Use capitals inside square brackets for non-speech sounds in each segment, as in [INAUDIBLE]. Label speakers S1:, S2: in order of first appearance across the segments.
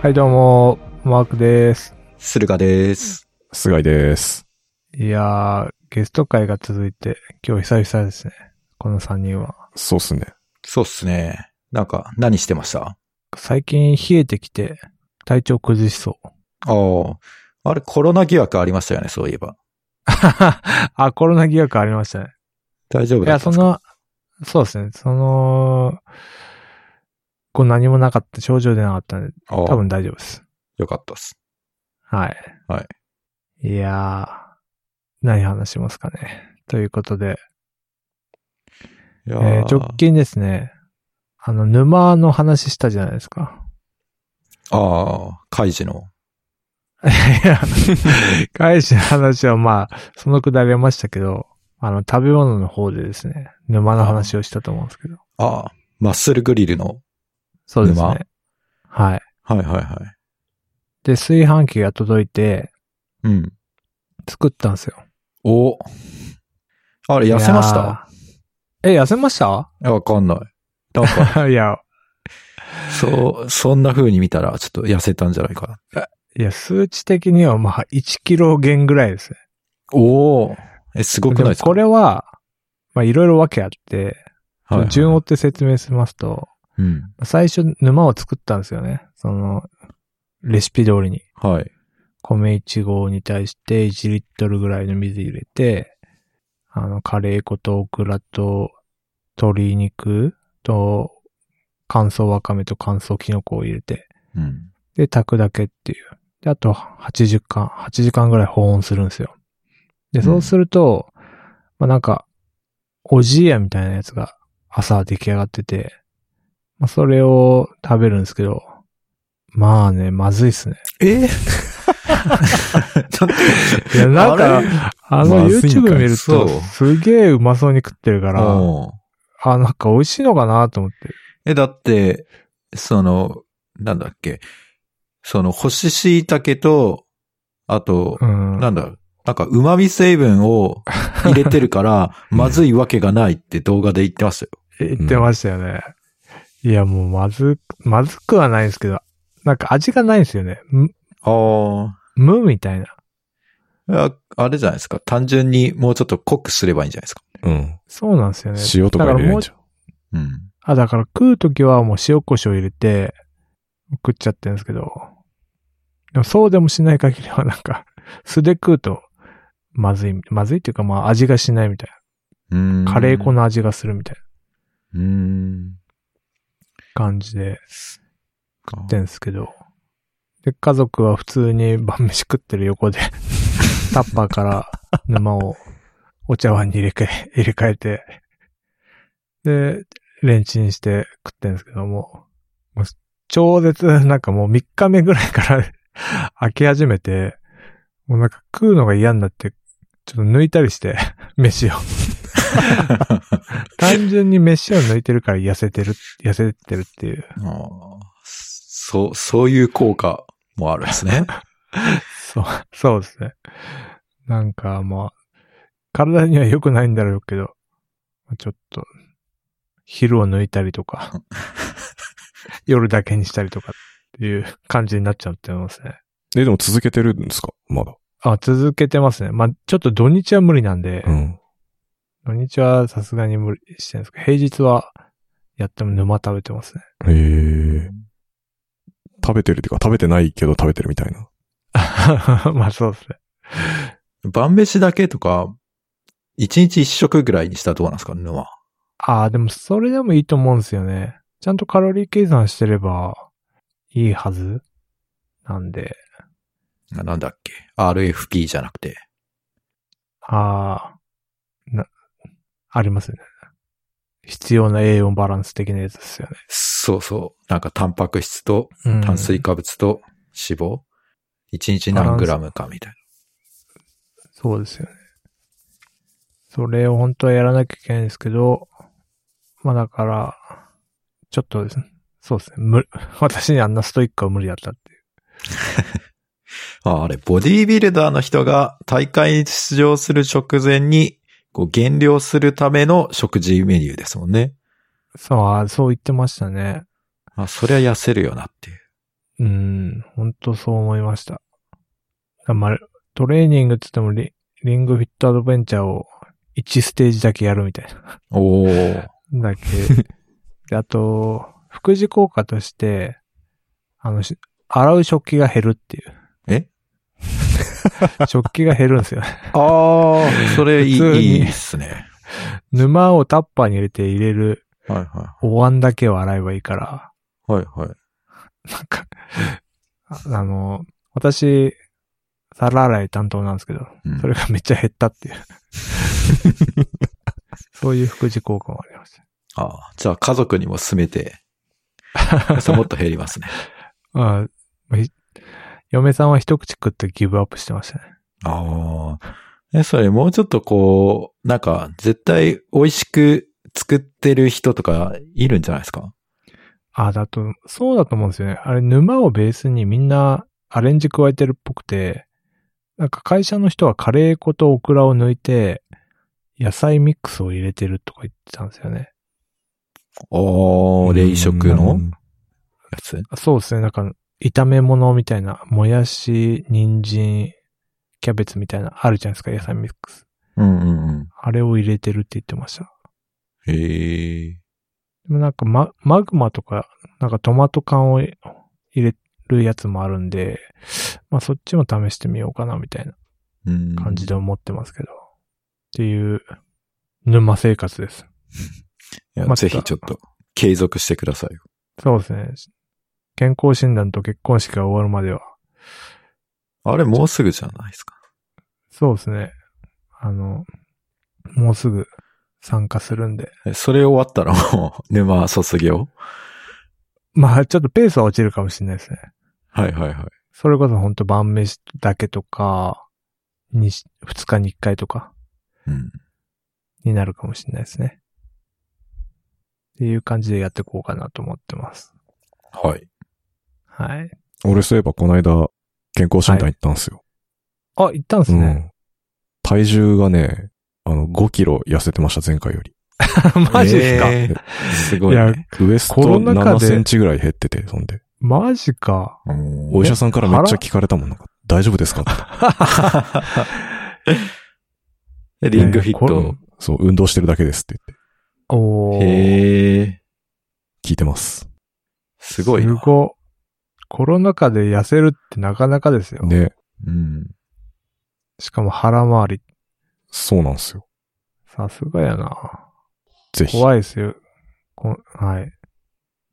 S1: はい、どうも、マークです。
S2: 駿河です。
S3: 菅井です。
S1: いやー、ゲスト会が続いて、今日久々ですね。この3人は。
S3: そうっすね。
S2: そうっすね。なんか、何してました
S1: 最近冷えてきて、体調崩しそう。
S2: ああ、あれコロナ疑惑ありましたよね、そういえば。
S1: [LAUGHS] あ、コロナ疑惑ありましたね。
S2: 大丈夫
S1: い
S2: だ
S1: や、
S2: った
S1: そ
S2: んですか
S1: の、そうですね、その、こう何もなかった、症状出なかったんで、
S2: ああ
S1: 多分大丈夫です。
S2: よかったっす。
S1: はい。。
S2: はい
S1: いやー、何話しますかね。ということで、
S2: い
S1: え
S2: やー
S1: ー直近ですね、あの、沼の話したじゃないですか。
S2: ああ、カイジの。
S1: いや、返しの話はまあ、そのくだりはましたけど、あの、食べ物の方でですね、沼の話をしたと思うんですけど。
S2: ああ、マッスルグリルの。
S1: そうですね
S2: 沼。
S1: はい。
S2: はいはいはい。
S1: で、炊飯器が届いて、
S2: うん。
S1: 作ったんですよ。
S2: おあれ、痩せまし
S1: い
S2: た
S1: やーえ、痩せました
S2: いやわかん [LAUGHS] ない。な
S1: [LAUGHS]
S2: んか、
S1: いや、
S2: そう、そんな風に見たら、ちょっと痩せたんじゃないかな。
S1: いや、数値的にはまあ、1キロ減ぐらいですね。
S2: おおえ、すごくないです
S1: で
S2: か
S1: もこれは、まあ、いろいろわけあって、
S2: はいはい
S1: 順を追って説明しますと、
S2: うん。
S1: 最初沼を作ったんですよね。その、レシピ通りに。
S2: はい。
S1: 米1合に対して1リットルぐらいの水入れて、あの、カレー粉とオクラと鶏肉と乾燥わかめと乾燥キノコを入れて、
S2: うん。
S1: で、炊くだけっていう。で、あと8時間、8時間ぐらい保温するんですよ。で、
S2: うん
S1: そうすると、まあなんか、おじやみたいなやつが朝出来上がってて、まあそれを食べるんですけど、まあね、まずいっすね。
S2: え
S1: [LAUGHS]
S2: ちょっと、
S1: いや、なん
S2: あ
S1: か
S2: れ、
S1: あの
S3: まずいんか
S1: YouTube
S3: い
S1: 見る
S2: そ
S1: と、
S2: う
S1: すげえうまそうに食ってるから、
S2: うん
S1: あ、なんか美味しいのかなと思って。
S2: え、だって、その、なんだっけ、その、干し椎茸と、あと
S1: う、ん。
S2: なんだ、なんか、旨味成分を入れてる
S1: [LAUGHS]
S2: から、まずいわけがないって動画で言ってましたよ。
S1: 言ってましたよね。いや、もうまず、まずくはないんですけど、なんか味がないんですよね。む
S2: あ
S1: 無みたいな。
S2: あ。あれじゃないですか。単純にもうちょっと濃くすればいいんじゃないですか。
S3: うん。
S1: そうなんですよね。
S3: 塩とか入
S1: だ
S3: れな
S1: ら
S3: い
S1: も
S3: ん
S1: う
S3: じゃん。
S2: うん。
S1: あ、だから食うときはもう塩コショウ入れて、食っちゃってるんですけど、でもそうでもしない限りはなんか、素で食うと、まずい、まずいっていうかまあ味がしないみたい
S2: うん
S1: な。カレー粉。の味がするみたいな
S2: うん。
S1: 感じで、ってんですけど。で、家族は普通に晩飯食ってる横で、タッパーから沼をお茶碗に入れ替え、入れ替えて、で、レンチンして食ってんですけども、もう超絶、なんかもう3日目ぐらいから [LAUGHS] 飽き始めて、もうなんか食うのが嫌になって、ちょっと抜いたりして、 [LAUGHS] 飯を。単純に飯を抜いてるから痩せてる、痩せてるっていう。
S2: あーそう、そういう効果もあるんですね。
S1: そう、 [LAUGHS] そうですね。なんかまあ、体には良くないんだろうけど、ちょっと、昼を抜いたりとか、夜だけにしたりとかっていう感じになっちゃうって思いますね。
S3: え、でも続けてるんですかまだ。
S1: あ、続けてますね。まあ、ちょっと土日は無理なんで、
S3: うん。
S1: 土日はさすがに無理してるんですけど、平日はやっても沼食べてますね。 [LAUGHS]
S3: へえ。食べてるっていうか、食べてないけど食べてるみたいな。
S1: まあそうですね。
S2: 晩飯だけとか、一日一食ぐらいにしたらどうなんですか、沼。
S1: ああ、でもそれでもいいと思うんですよね。ちゃんとカロリー計算してればいいはずなんで。
S2: ななんだっけ ?RFP じゃなくて。
S1: ああ、な、ありますね。必要な栄養バランス的なやつですよね。
S2: そうそう。なんかタンパク質と
S1: うん
S2: 炭水化物と脂肪。一日何グラムかみたい
S1: そうですよね。それを本当はやらなきゃいけないんですけど、まあだから、ちょっとですね、そうですね、無理 [LAUGHS] 私にあんなストイックは無理だったっていう。
S2: な。ああれ、ボディービルダーの人が大会に出場する直前に、こう減量するための食事メニューですもんね。
S1: そう、あーそう言ってましたね。
S2: あ、そりゃ痩せるよなっていう。
S1: うん、本当そう思いました。まあ、トレーニングって言ってもリ、リングフィットアドベンチャーを1ステージだけやるみたい
S2: おー。
S1: な。だけ。であと、副次効果として、あの、し洗う食器が減るっていう。
S2: え
S1: [LAUGHS] 食器が減るんですよ。
S2: ああ、それいい、
S1: 普通に
S2: いいっすね。
S1: 沼をタッパーに入れて入れる
S2: はいは
S1: お椀だけを洗えばいいから、
S2: い。はいはい。
S1: なんか、ああの、私、皿洗い担当なんですけど、
S2: うん
S1: それがめっちゃ減った
S2: [LAUGHS]
S1: っていう。そういう副次効果もありました。
S2: ああ、じゃあ家族にも勧め
S1: [LAUGHS]
S2: て、それもっと減りますね。
S1: ああひ嫁さんは一口食ってギブアップしてましたね。
S2: ああ。え、それもうちょっとこう、なんか、絶対美味しく作ってる人とかいるんじゃないですか
S1: ああ、だと、そうだと思うんですよね。あれ、沼をベースにみんなアレンジ加えてるっぽくて、なんか会社の人はカレー粉とオクラを抜いて、野菜ミックスを入れてるとか言ってたんですよね。
S2: おー、冷食のやつ
S1: そうですね。なんか、炒め物みたいな、もやし、人参、キャベツみたいな、あるじゃないですか、野菜ミックス。
S2: うんうんうん。
S1: あれを入れてるって言ってました。
S2: へえ。
S1: でもなんかマ、マグマとか、なんかトマト缶を入れるやつもあるんで、まあそっちも試してみようかなみたいな
S2: うん。
S1: 感じで思ってますけど。っていう、沼生活です。
S2: いや
S1: また
S2: ぜひちょっと、継続してくださいよ。
S1: そうですね。健康診断と結婚式が終わるまでは、
S2: あれ、もうすぐじゃないですか。
S1: そうですね。あの、もうすぐ参加するんで。
S2: えそれ終わったらもう、 [LAUGHS] 沼卒業
S1: まあちょっとペースは落ちるかもしれないですね。
S2: はいはいはい。
S1: それこそほんと晩飯だけとか、にし、二日に一回とか。
S2: うん。
S1: になるかもしれないですね。っていう感じでやっていこうかなと思ってます。
S2: はい。
S1: はい。
S3: 俺そういえばこの間、健康診断行ったんですよ。
S1: あ、行ったんです
S3: う
S1: ね。
S3: ん。体重がね、あの、5キロ痩せてました、前回より。
S1: [LAUGHS] マジですか、
S2: えーすごい、
S1: い
S2: ね
S1: や。
S3: ウエスト
S1: コロナ禍
S3: 7
S1: で
S3: センチぐらい減ってて、そんで。
S1: マジか。
S2: うん
S3: お医者さんからめっちゃ聞かれたもん、なんか、大丈夫ですかっ
S2: で
S3: て。
S2: リングフィ [LAUGHS] ッ
S1: いやいや
S2: ト
S1: こ。
S3: そう、運動してるだけですって言っ
S1: おー。
S2: へえ。
S3: て、聞いてます。
S2: すごい
S1: す
S2: な。
S1: ご。コロナ禍で痩せるってなかなかですよ。
S3: ね、
S2: うん。
S1: しかも腹回り。
S3: そうなんですよ。
S1: さすがやな。
S3: ぜひ。
S1: 怖いですよ。こはい。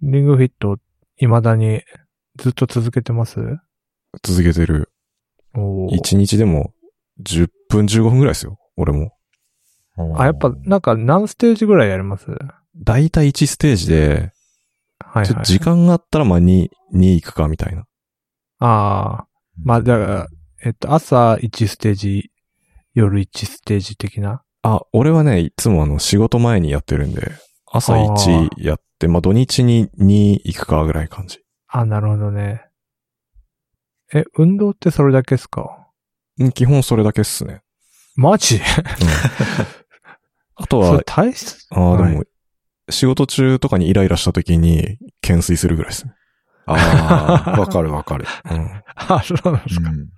S1: リングフィット、未だにずっと続けてます
S3: 続けてる。
S1: おー。
S3: 1日でも、10分15分ぐらいですよ、俺も。
S1: あ、やっぱ、なんか何ステージぐらいやりますはい
S3: だいたい1ステージで、
S1: はい。
S3: ちょっと時間があったら、まあ、2、2行くか、みたいな。
S1: ああ。まあ、だから、えっと、朝1ステージ、夜1ステージ的な。
S3: あ、俺はね、いつもあの、仕事前にやってるんで、朝1やって、まあ、土日に2行くか、ぐらい感じ。
S1: あ、なるほどね。え、運動ってそれだけっすか
S3: うん基本それだけっすね。
S1: マジ
S3: あ
S1: [LAUGHS]
S3: と
S1: そ
S3: は
S1: れ、体質 [LAUGHS]
S3: ああ、で
S1: はい
S3: も、仕事中とかにイライラした時に、懸垂するぐら
S1: [LAUGHS]
S3: いですね。
S2: ああ、わかるわかる。
S3: うん。
S1: あ、そうなんですか。
S2: うん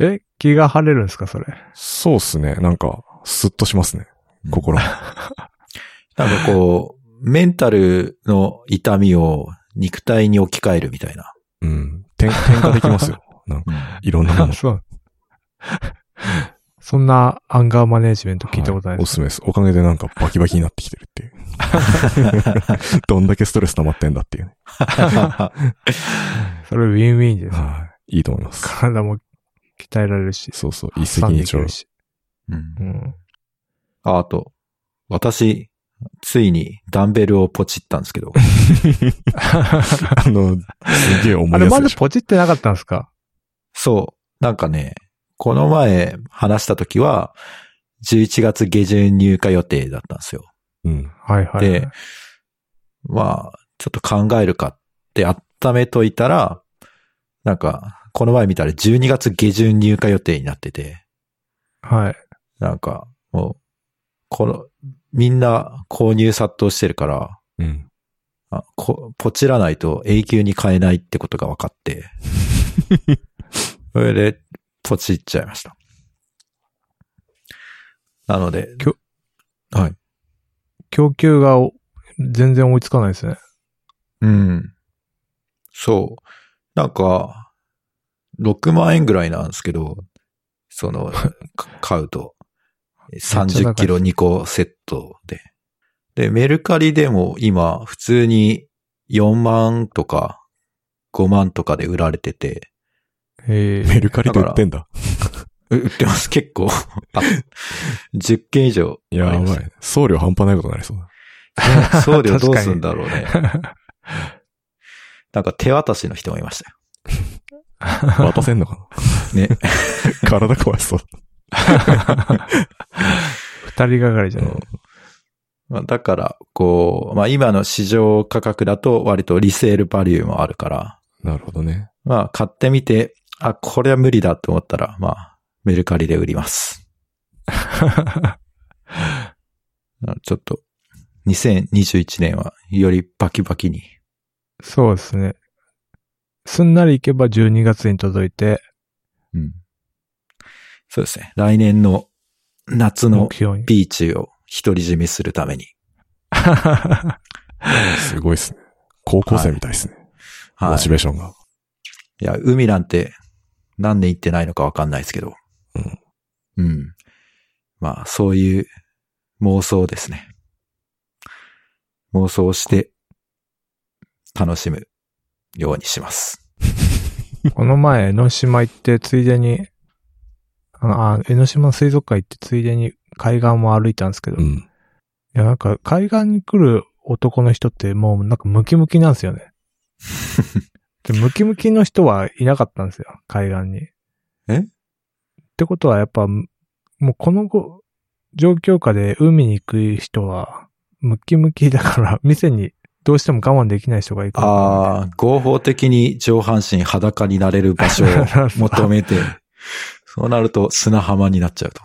S1: え、気が晴れるんですかそれ。
S3: そうっすね。なんか、スッとしますね。心。
S2: なんかこう、メンタルの痛みを肉体に置き換えるみたいな。
S3: うん。転転換でき
S1: [LAUGHS]
S3: ますよ。なんか、いろんなもの。
S1: そう。 [LAUGHS] そんなアンガーマネージメント聞いたことない
S3: は
S1: で
S3: お
S1: す。
S3: すすめです。おかげでなんかバキバキになってきてるっていう。 [LAUGHS] どんだけストレス溜まってんだっていうね。
S1: それウィンウィンです。
S3: はい。いいと思います。
S1: 体も鍛えられるし、
S3: そうそう。一
S1: 発
S3: 石
S1: 散
S3: 二
S1: でき
S3: 鳥
S1: る。し。 [LAUGHS]
S2: うん
S1: うん。
S2: ああと、私、ついにダンベルをポチったんですけど。
S3: [LAUGHS] あの、すげえ重
S1: あ
S3: い
S1: れ、
S3: や
S1: ま
S3: つで
S1: だ
S3: しょ。
S1: ポチってなかったんですか
S2: そう。なんかね、この前話した時は、11月下旬入荷予定だったんですよ。
S3: うん。
S1: はいはい。
S2: で、まあ、ちょっと考えるかって温めといたら、なんか、この前見たら12月下旬入荷予定になってて、
S1: はい。
S2: なんか、もう、この、みんな購入殺到してるから、
S3: うん。
S2: あこ、ポチらないと永久に買えないってことが分かって、それで、ポチっちゃいました。なので、
S1: きょ
S2: はい。
S1: 供給がお全然追いつかないですね。
S2: うん。そう。なんか、6万円ぐらいなんですけど、その、か買うと、30キロ2個セットで。で、メルカリでも今、普通に4万とか5万とかで売られてて、
S1: え
S2: [LAUGHS]
S3: メルカリで売ってんだ。
S2: う売ってます、結構。あ10件以上あり
S3: やば
S2: ました。
S3: い。送料半端ないことになりそうだ。
S1: い
S2: 送料どうすんだろうね。なんか手渡しの人もいましたよ。
S3: 渡せんのか
S1: [LAUGHS]
S3: な
S2: ね。
S3: [LAUGHS] 体壊しそう。
S1: 二人がかりじゃない。
S2: まあ、だから、こう、まあ今の市場価格だと割とリセールバリューもあるから、
S3: なるほどね。
S2: まあ買ってみて、あ、これは無理だと思ったら、まあ、メルカリで売ります。 [LAUGHS] あちょっと、2021年はよりバキバキに。
S1: そうですね。すんなりいけば12月に届いて、
S2: うん。そうですね。来年の夏の
S1: 目標に。
S2: ビーチを独り占めするために。
S3: すごいっすね。高校生みたいっすね。
S2: は
S3: モチ
S2: い。
S3: ベーションが。
S2: いや、海なんて何年行ってないのかわかんないですけど。うん。うん。まあ、そういう妄想ですね。妄想をして楽しむようにします。
S1: [LAUGHS] この前、江ノ島行って、ついでに、あの、あ江ノ島水族館行って、ついでに海岸も歩いたんですけど、
S3: う
S1: い
S3: ん。
S1: や、なんか、海岸に来る男の人って、もう、なんか、ムキムキなんですよ
S2: [LAUGHS]
S1: ね。で、ムキムキの人はいなかったんですよ、海岸に。
S2: え
S1: ってことは、やっぱ、もう、このご状況下で海に行く人は、ムキムキだから、 [LAUGHS] 店にどうしても我慢できない人が行くのかな
S2: ああ、合法的に上半身裸になれる場所を [LAUGHS] 求めて、そうなると砂浜になっちゃうと。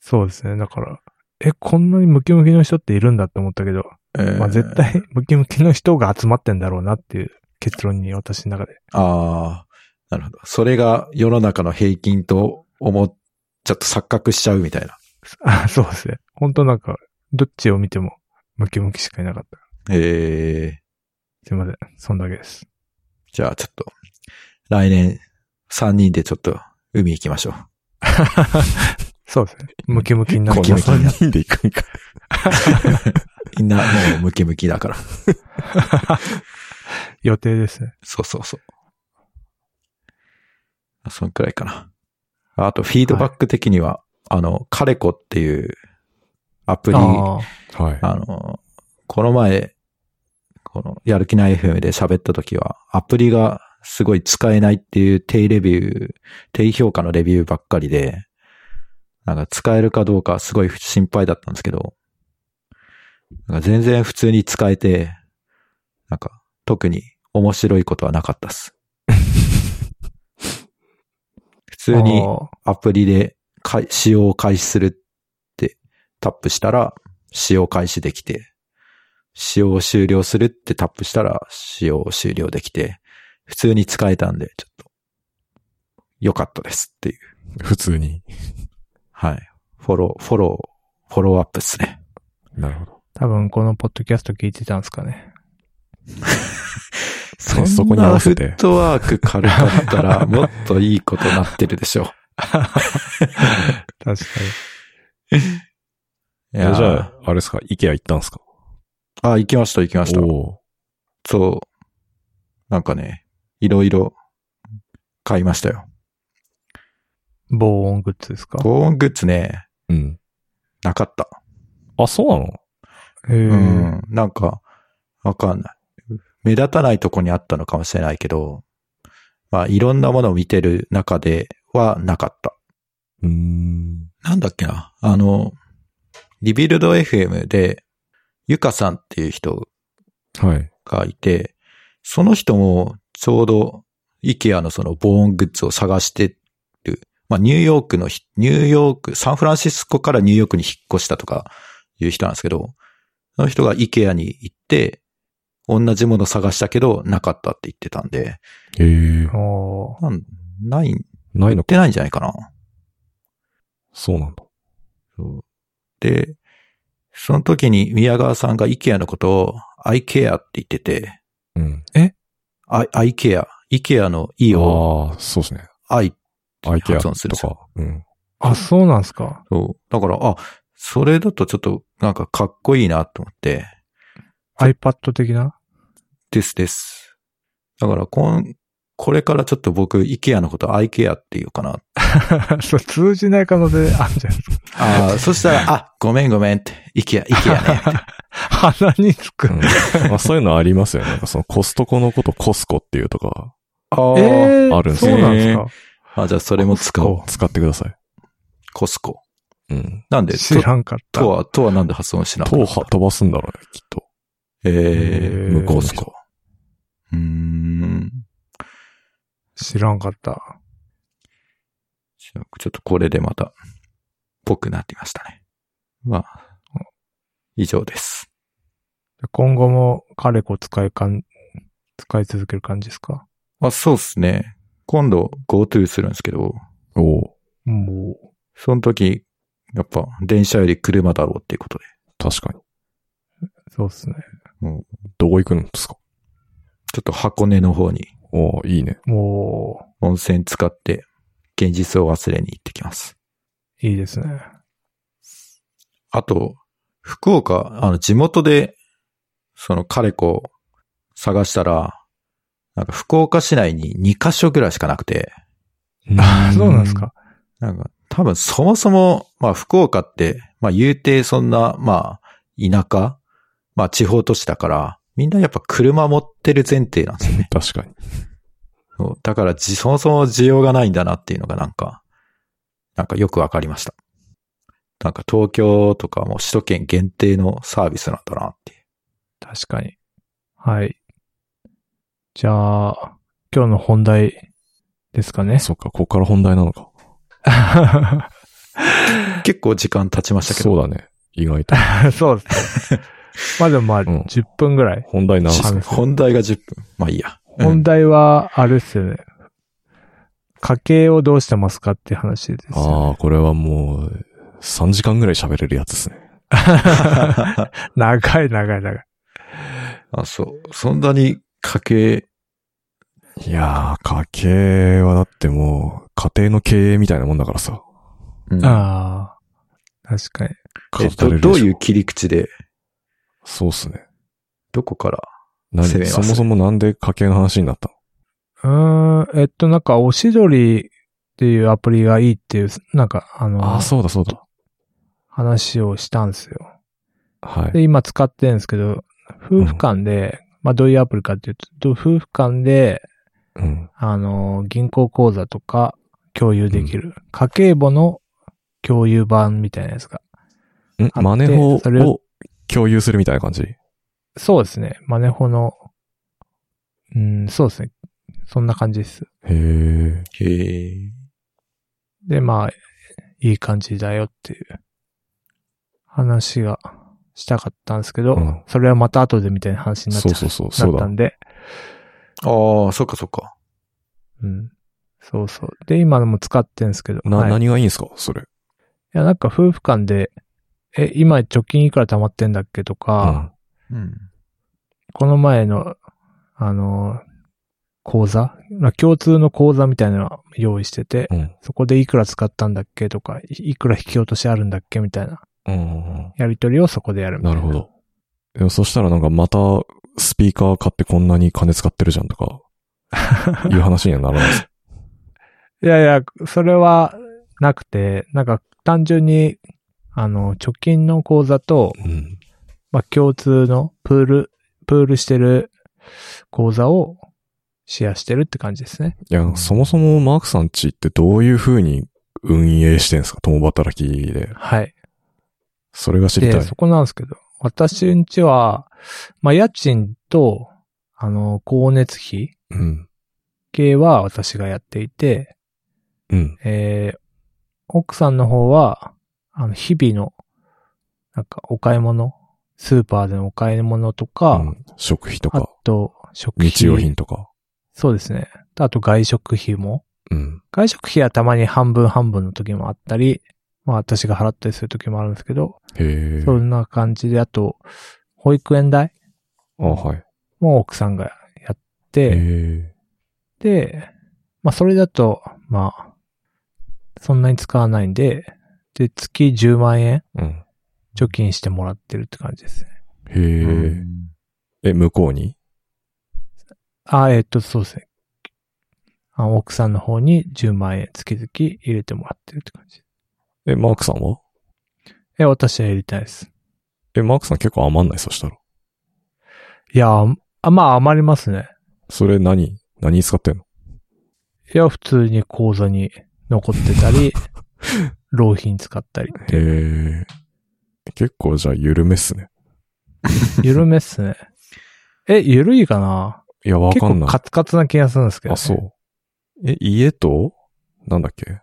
S1: そうですね。だから、え、こんなにムキムキの人っているんだって思ったけど、
S2: えー
S1: まあ絶。対ムキムキの人が集まってんだろうなっていう結論に私の中で。
S2: ああ、なるほど。それが世の中の平均と思っ、ちょっと錯覚しちゃうみたいな。
S1: あそうですね。本当なんか、どっちを見てもムキムキしかいなかった。
S2: ええ
S1: すいません。そんだけです。
S2: じゃあちょっと、来年3人でちょっと海行きましょう。
S1: そうですね。ムキムキにな
S2: ム
S1: る
S3: こ
S2: キ
S3: の
S2: ムキ
S3: 3人で行くんか。
S2: みんなもうムキムキだから。
S1: 予定ですね。
S2: そうそうそう。そんくらいかな。あと、フィードバック的には、あの、カレコっていうアプリ、あ
S1: ああ。
S3: はい。
S2: の、この前、この、やる気ない FM で喋った時は、アプリがすごい使えないっていう低レビュー、低評価のレビューばっかりで、なんか使えるかどうかすごい心配だったんですけど、なんか全然普通に使えて、なんか特に面白いことはなかったっす。普通に
S1: あ
S2: アプリでかい使用を開始するってタップしたら使用開始できて、使用を終了するってタップしたら使用を終了できて、普通に使えたんで、ちょっと、良かったですっていう。
S3: 普通に。
S2: はい。フォロー、フォロー、フォローアップですね。
S3: なるほど。
S1: 多分このポッドキャスト聞いてたんですかね。
S3: そそこに合わせ
S2: そんな
S3: て
S2: フッ。トワーク軽かったら、 [LAUGHS] もっといいことなってるでしょ
S1: 確か
S2: う。い
S3: え
S2: やー
S3: じゃあ、あれですか、イケア行ったんですか
S2: あ、行きました、行きました。
S3: お
S2: そう。なんかね、いろいろ買いましたよ。
S1: に。防音グッズですか
S2: 防音グッズね、
S3: ーうん。
S2: なかった。
S3: あ、そうなの
S1: へえ、
S2: うん。なんか、わかんない。目立たないとこにあったのかもしれないけど、まあ、いろんなものを見てる中ではなかった。
S3: うーん。
S2: なんだっけな、あの、リビルド FM で、ゆかさんっていう人
S3: はい。
S2: がいて、その人もちょうど IKEA のその防音グッズを探してる。まあニューヨークのひ、ニューヨーク、サンフランシスコからニューヨークに引っ越したとかいう人なんですけど、その人が IKEA に行って、同じもの探したけど、なかったって言ってたんで、
S3: ええ
S1: あー
S2: なんない、
S3: ない
S2: 売
S3: の
S2: っ
S3: か。
S2: てないんじゃないかな。
S3: そうなんだ。
S2: そうで、その時に宮川さんが IKEA のことを IKEA って言ってて、
S3: うん。え
S2: I- IKEA、IKEA の E を
S3: ああ、そうですね。
S2: I
S3: アイケア
S2: 発
S3: と
S2: 音するじゃん
S3: か。
S2: [LAUGHS]
S3: うん。
S1: あ、そうなんすか。
S2: そう。だから、あ、それだとちょっとなんかかっこいいなと思って、
S1: iPad 的な [LAUGHS]
S2: ですです。だから、こん、これからちょっと僕、IKEA のこと IKEA って言うかな。
S1: そう、通じない可能性あるんじゃないですか。
S2: ああ、そした [LAUGHS] ら、あ、ごめんごめんって、IKEA、IKEA ね。
S1: 鼻につく。
S3: うんまあ、そういうのありますよね。なんかそのコストコのことコスコっていうとか、
S2: [LAUGHS] あー
S1: えー
S3: あるんす
S1: そ
S3: ね
S1: うなんですか。
S2: あ、じゃあそれも使おう。
S3: 使ってください。
S2: コスコ。
S3: うん。
S2: なんで、
S1: 知らんかった
S2: と。は、とはなんで発音しなか
S3: と
S2: っ
S3: う
S2: た
S3: は飛ばすんだろうね、きっと。
S2: えー、
S1: へー
S2: 向こうすこう。うーん。
S1: 知らんかった。
S2: じゃあちょっとこれでまた、ぽくなってきましたね。まあ、以上です。
S1: 今後もカレコ使いかん、使い続ける感じですか
S2: まあ、そうですね。今度、GoTo するんですけど、
S3: おう
S1: もう、
S2: その時、やっぱ、電車より車だろうっていうことで。
S3: 確かに。
S1: そうっすね。
S3: どこ行くんですか
S2: ちょっと箱根の方に
S3: おう
S2: [LAUGHS]
S3: いいね。
S1: も
S2: 温泉使って、現実を忘れに行ってきます。
S1: う、いいですね。
S2: あと、福岡、あの、地元で、その彼子を探したら、なんか福岡市内に2カ所ぐらいしかなくて、
S1: あそうなんですか。
S2: なんか多分そもそも、まあ福岡って、まあ言うてそんな、まあ田舎、まあ地方都市だから、みんなやっぱ車持ってる前提なんですよね。
S3: 確かに。
S2: そうだからじ、そもそも需要がないんだなっていうのがなんか、なんかよくわかりました。なんか東京とかも首都圏限定のサービスなんだなっていう。
S1: 確かに。はい。じゃあ、今日の本題ですかね。
S3: そっか、ここから本題なのか。
S2: 結構時間経ちましたけど。
S3: そうだね。意外と。
S1: [LAUGHS] そうですね。まあでもまあ、
S3: ん
S1: 10分ぐらい。
S3: 本題なんです
S1: そう
S3: ね
S1: ですね
S2: 本題が10分。まあいいや。
S1: 本題は、あれですよね。家計をどうしてますかって話ですよね。
S3: ああ、これはもう、3時間ぐらい喋れるやつですね。
S1: 長い長い長い。
S2: [LAUGHS] あ、そう。そんなに家計、
S3: いやー、家計はだってもう、家庭の経営みたいなもんだからさ。
S2: うん
S1: ああ。確かに。
S2: えっと、
S3: 語れるでしょ
S2: どういう切り口で、
S3: そうっすね。
S2: どこから
S3: 何
S2: 攻めます
S3: そもそもなんで家計の話になったの
S1: うーん、えっと、なんか、おしどりっていうアプリがいいっていう、なんか、あ
S3: あ
S1: の
S3: あ、、そうだそうだ。
S1: 話をしたんですよ。
S3: はい。
S1: で、今使ってるんですけど、夫婦間で、まあ、どういうアプリかっていうと、夫婦間で、
S3: うん。
S1: あの、銀行口座とか共有できる、家計簿の共有版みたいなやつが。
S3: ん
S1: あ
S3: マネ法
S1: でそれを
S3: を共有するみたいな感じ
S1: そうですね。マネホの、うん、そうですね。そんな感じです。
S3: へえ。
S2: へえ。
S1: で、まあ、いい感じだよっていう話がしたかったんですけど、
S3: うん
S1: それはまた後でみたいな話になっち
S3: そ
S1: ゃ
S3: うそうそう、
S1: な
S3: そ
S1: っ
S3: う
S1: た
S3: だ。
S1: んで、
S2: ああ、そっかそっか。
S1: うん。そうそう。で、今のも使ってんですけど。
S3: な、
S1: はい、い
S3: 何がいいんすかそれ。
S1: や、なんか夫婦間で、え、今貯金いくら貯まってんだっけとか、
S2: うん。
S1: この前の、あの、講座まあ共通の講座みたいなのを用意してて、
S3: うん。うん。
S1: そこでいくら使ったんだっけとか、いいくら引き落としあるんだっけみたいな
S3: うん。
S1: やりとりをそこでやるみたい
S3: な
S1: な。
S3: るほど。でもそしたらなんかまた、スピーカー買ってこんなに金使ってるじゃん
S1: [LAUGHS]
S3: とか、いう話にはならないです。
S1: いやいや、それはなくて、なんか単純に、あの、貯金の口座と、
S3: うん。
S1: まあ、共通のプール、プールしてる口座をシェアしてるって感じですね。
S3: いや、そもそもマークさんちってどういう風に運営してんすか共働きで。
S1: はい。
S3: それが知りた
S1: で、
S3: い
S1: そ。こなんですけど、私んちは、まあ、家賃と、あの、光熱費
S3: うん。
S1: 系は私がやっていて、
S3: うん。
S1: えー、奥さんの方は、あの、日々の、なんか、お買い物、スーパーでのお買い物と
S3: う
S1: か、
S3: ん、食費と
S1: あ
S3: か、
S1: と、食費。
S3: 日用品とか。
S1: そうですね。あと外食費も。
S3: うん。
S1: 外食費はたまに半分半分の時もあったり、まあ私が払ったりする時もあるんですけど、
S3: へえ。
S1: そんな感じで、あと、保育園代
S3: あ、はい。
S1: も奥さんがやっ
S3: へ
S1: て、
S3: え。
S1: で、まあそれだと、まあ、そんなに使わないんで、で、月10万円
S3: うん。
S1: 貯金してもらってるって感じですね。
S4: え
S3: へえ。え、向こうに
S1: あ、えっと、そうですね。あ奥さんの方に10万円月々入れてもらってるって感じ。
S3: え、マークさんは
S1: え、私は入れたいです。
S3: え、マークさん結構余んないそしたら。
S1: いや、あまあ余りますね。
S3: それ何何に使ってんの
S1: いや、普通に口座に残ってた
S3: [LAUGHS]
S1: り、浪費に使ったり。
S3: へえ。結構じゃあ緩めっすね。
S1: ゆるめっすね。え、ゆるいかない
S3: や、わ
S1: 結
S3: かん
S1: 構
S3: ない。
S1: カツカツな気がするんですけど、
S3: あ、そう。え、家と、なんだっけ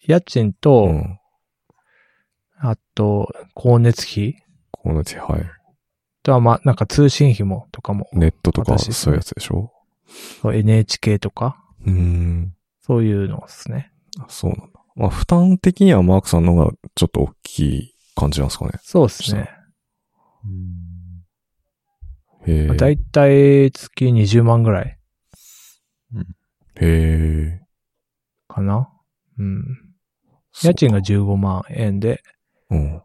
S1: 家賃と、
S3: うん。
S1: あと、光熱費
S3: このうち、はい。
S1: とは、まあ、なんか通信費も、とかも、
S3: ネットとか、
S1: 私
S3: そういうやつでしょ
S1: そう NHK とか、
S3: うーん。
S1: そういうのですね。
S3: あそうなんだ。まあ、負担的にはマークさんの方がちょっと大きい感じなんですかね。
S1: そうですね。
S3: へ
S1: まあ
S3: え。
S1: だいたい月20万ぐらい
S3: へえ。
S1: かな。うん。家賃が15万円で、
S3: うん。
S1: まあ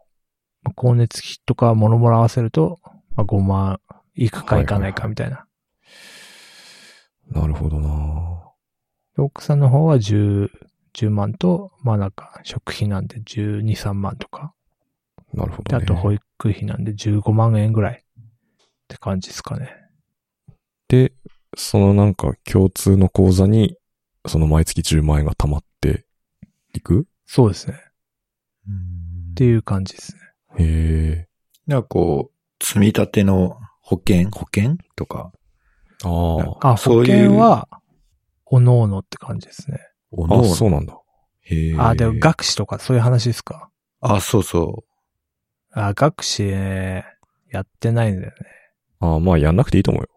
S1: 光熱費とかもろもろ合わせると、まあ、5万いくかいかないかみたいな。
S3: なるほどな
S1: で奥さんの方は10、10万と、まあなんか食費なんで12、3万とか。
S3: なるほど、
S1: で
S3: ね。
S1: あと保育費なんで15万円ぐらいって感じですかね。
S3: で、そのなんか共通の口座に、その毎月10万円が貯まっていく
S1: そうですね。って
S4: う
S1: いう感じですね。
S3: へえ。
S4: ん。なんかこう、積み立ての保険、保険とか、
S3: あ
S4: なん
S3: あ。
S1: あ、
S4: そ
S1: 保
S4: ういう
S1: 険は、おのおのって感じですね。
S4: お
S3: あ、そうなんだ。
S4: へー
S1: あ、でも学士とかそういう話ですか。
S4: あ、そうそ
S1: あ、学士ね、やってないんだよね。
S3: ああ、まあやんなくていいと思うよ。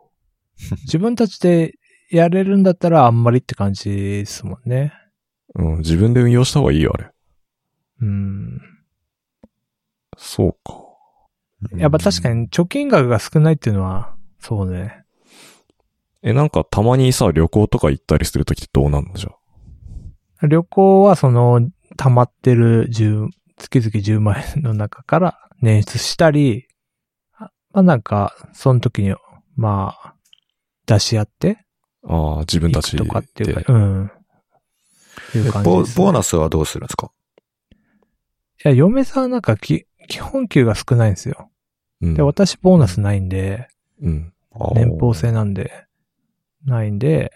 S1: 自分たちでやれるんだったらあんまりって感じですもんね。
S3: うん、自分で運用した方がいいよ、あれ。
S1: うん。
S3: そうか。
S4: う。
S1: やっぱ確か
S4: に。
S1: に貯金額が少ないっていうのは、そうね。
S3: え、なんかたまにさ、旅行とか行ったりするときってどうなんのじゃあ。
S1: 旅行はその、溜まってる10、月々10万円の中から捻出したり、あまあなんか、その時に、まあ、出し合って、
S3: ああ、自分た
S1: 行
S3: ち
S1: く
S3: で。
S1: とかっていうか、うん。っていう感じ
S4: ボ
S1: です、ね。
S4: ボーナスはどうするんですか
S1: いや、嫁さんなんかき、基本給が少ないんですよ。
S3: うん
S1: で、私ボーナスないんで、
S3: うん。
S4: あー
S1: 年俸制なんで、ないんで、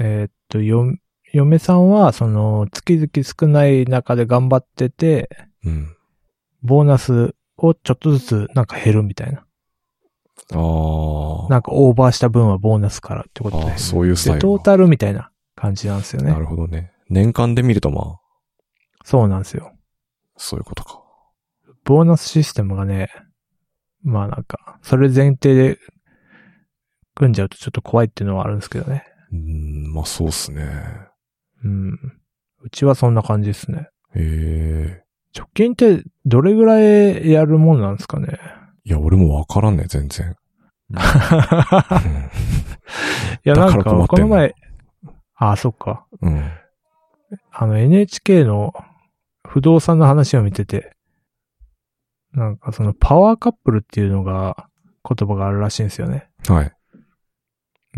S1: えーっと、よ、嫁さんは、その、月々少ない中で頑張ってて、
S3: うん。
S1: ボーナスをちょっとずつなんか減るみたいな。
S3: ああ。
S1: なんかオーバーした分はボーナスからってこと
S3: あ
S1: で
S3: あ、。そういうスタイ
S1: で、
S3: ル。
S1: トータルみたいな感じなんですよ
S3: な
S1: ね。
S3: るほどね。年間で見るとまあ、
S1: そうなんですよ。
S3: そういうことか。
S1: ボーナスシステムがね、まあなんか、それ前提で組んじゃうとちょっと怖いっていうのはあるんですけどね。
S3: うん、まあそうっすね。
S1: うん。うちはそんな感じですね。
S3: へえ。
S1: 貯金ってどれぐらいやるもんなんですかね。
S3: いや、俺もわからんね、
S1: [LAUGHS]
S3: 全然。うん
S1: いや、な
S3: だか
S1: ん
S3: ら
S1: か、
S3: 困って
S1: こ
S3: んの
S1: の前、あ、そっか。
S3: うん。
S1: あの NHK の不動産の話を見てて、なんかそのパワーカップルっていうのが言葉があるらしいんですよね。
S3: はい。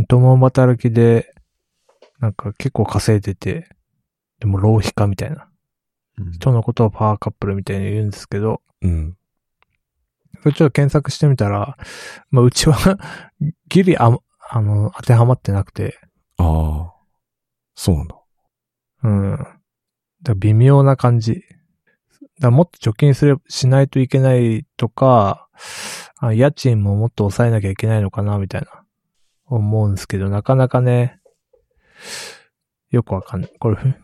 S1: 共働きで、なんか結構稼いでて、でも浪費家みたいな [LAUGHS]
S4: うん
S1: 人のことをパワーカップルみたいに言うんですけど、
S3: うん。
S1: それちょっと検索してみたら、まあうちは [LAUGHS] ギリあ、あの、当てはまってなくて、
S3: ああ。そうなんだ。
S1: うん。だから微妙な感じ。だからもっと貯金すれ、しないといけないとか、あ家賃ももっと抑えなきゃいけないのかな、みたいな、思うんですけど、なかなかね、よくわかんない。これ、フ